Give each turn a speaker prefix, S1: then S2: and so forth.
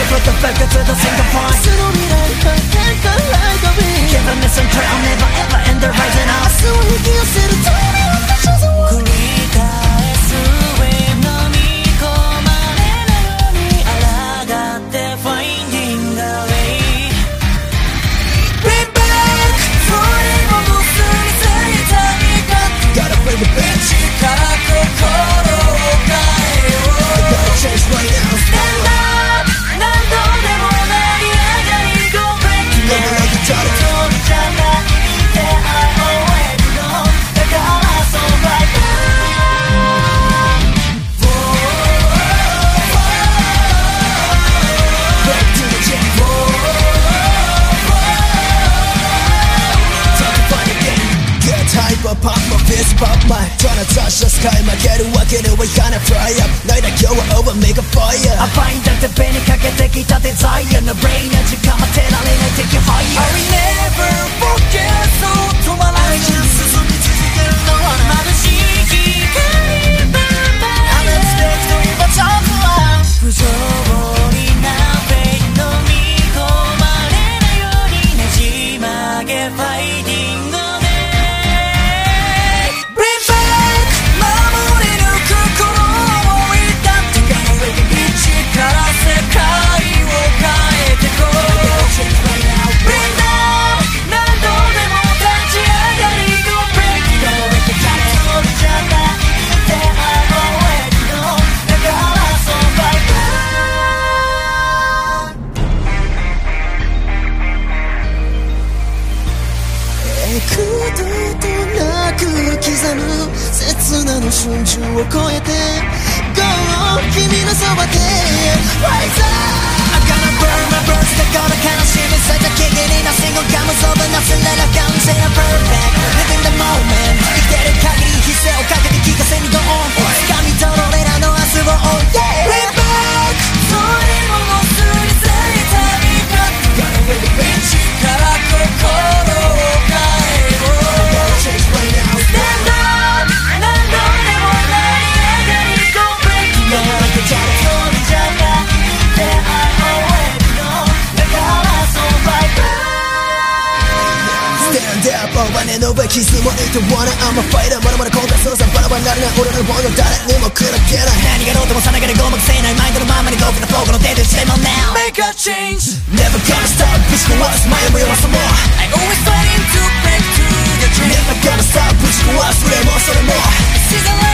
S1: get to the single point
S2: 明日の未来変えたライドビー
S1: Give a missing trail, never ever end the rising up
S2: 明日を引き寄せるためのファッションズ
S3: 繰り返すウェーブ飲み込まれないように抗って Finding a way Bring back それも結びついた未完
S4: Gotta bring it back
S3: 力心を変えよう
S4: Gotta change right now
S3: Stand up 何度でも成り上がり Go break
S4: Never let you doubt it
S3: そうじゃないって I always know だからそう right
S4: Back to the jam Time to fight again Get hype up, pop my fist, pop my Tryna touch the sky, my get it, walk it, we gonna fry up Night I kill, we're over, make a fire
S1: I find that the pain にかけてきた desire の brain や時間はてられない take you higher
S3: I will never forget そう止まない進み続けるのは眩しい光バンバン I'm expecting 今チャンスは不条理なベイ飲み込まれないようにねじ曲げファイティングで Bring back 守り抜くこの想いだって一から世界を変えてこう Bring down 何度でも立ち上がり Go break it all そうじゃないって I always know だからそう Bye bye
S2: 「幾度となく刻む刹那の瞬間を超えて」「Go 君のそばで Rise up!」
S1: I'm gonna burn my burns だから悲しみさじゃ危機にな信号が結ぶなすなら完成な perfect Living the moment 生きてる限り必世をかけて聞かせにドーン掴み取る俺らの明日を追う
S3: Way
S1: Yeah
S3: back それものすりついた未完一から心を変えよう
S4: Change right now
S3: Stand up 何度でも成り上がり Go break it all そうじゃないって I always know だからそう Bye bye
S4: Stand up, oh, I need no break, he's the one to wanna I'm a fighter, まだまだ今回そうさバラバラならない俺のもの誰にも砕けない
S1: 何がどうでもさながらごまくせないマインドのままに Go for the flow このデビューしても now
S3: Make a change
S4: Never gonna stop, bitch, go us, 前を弱さも
S3: I always fighting to break through the dream
S4: Never gonna stop, bitch, go us, それもそれも
S3: Season 1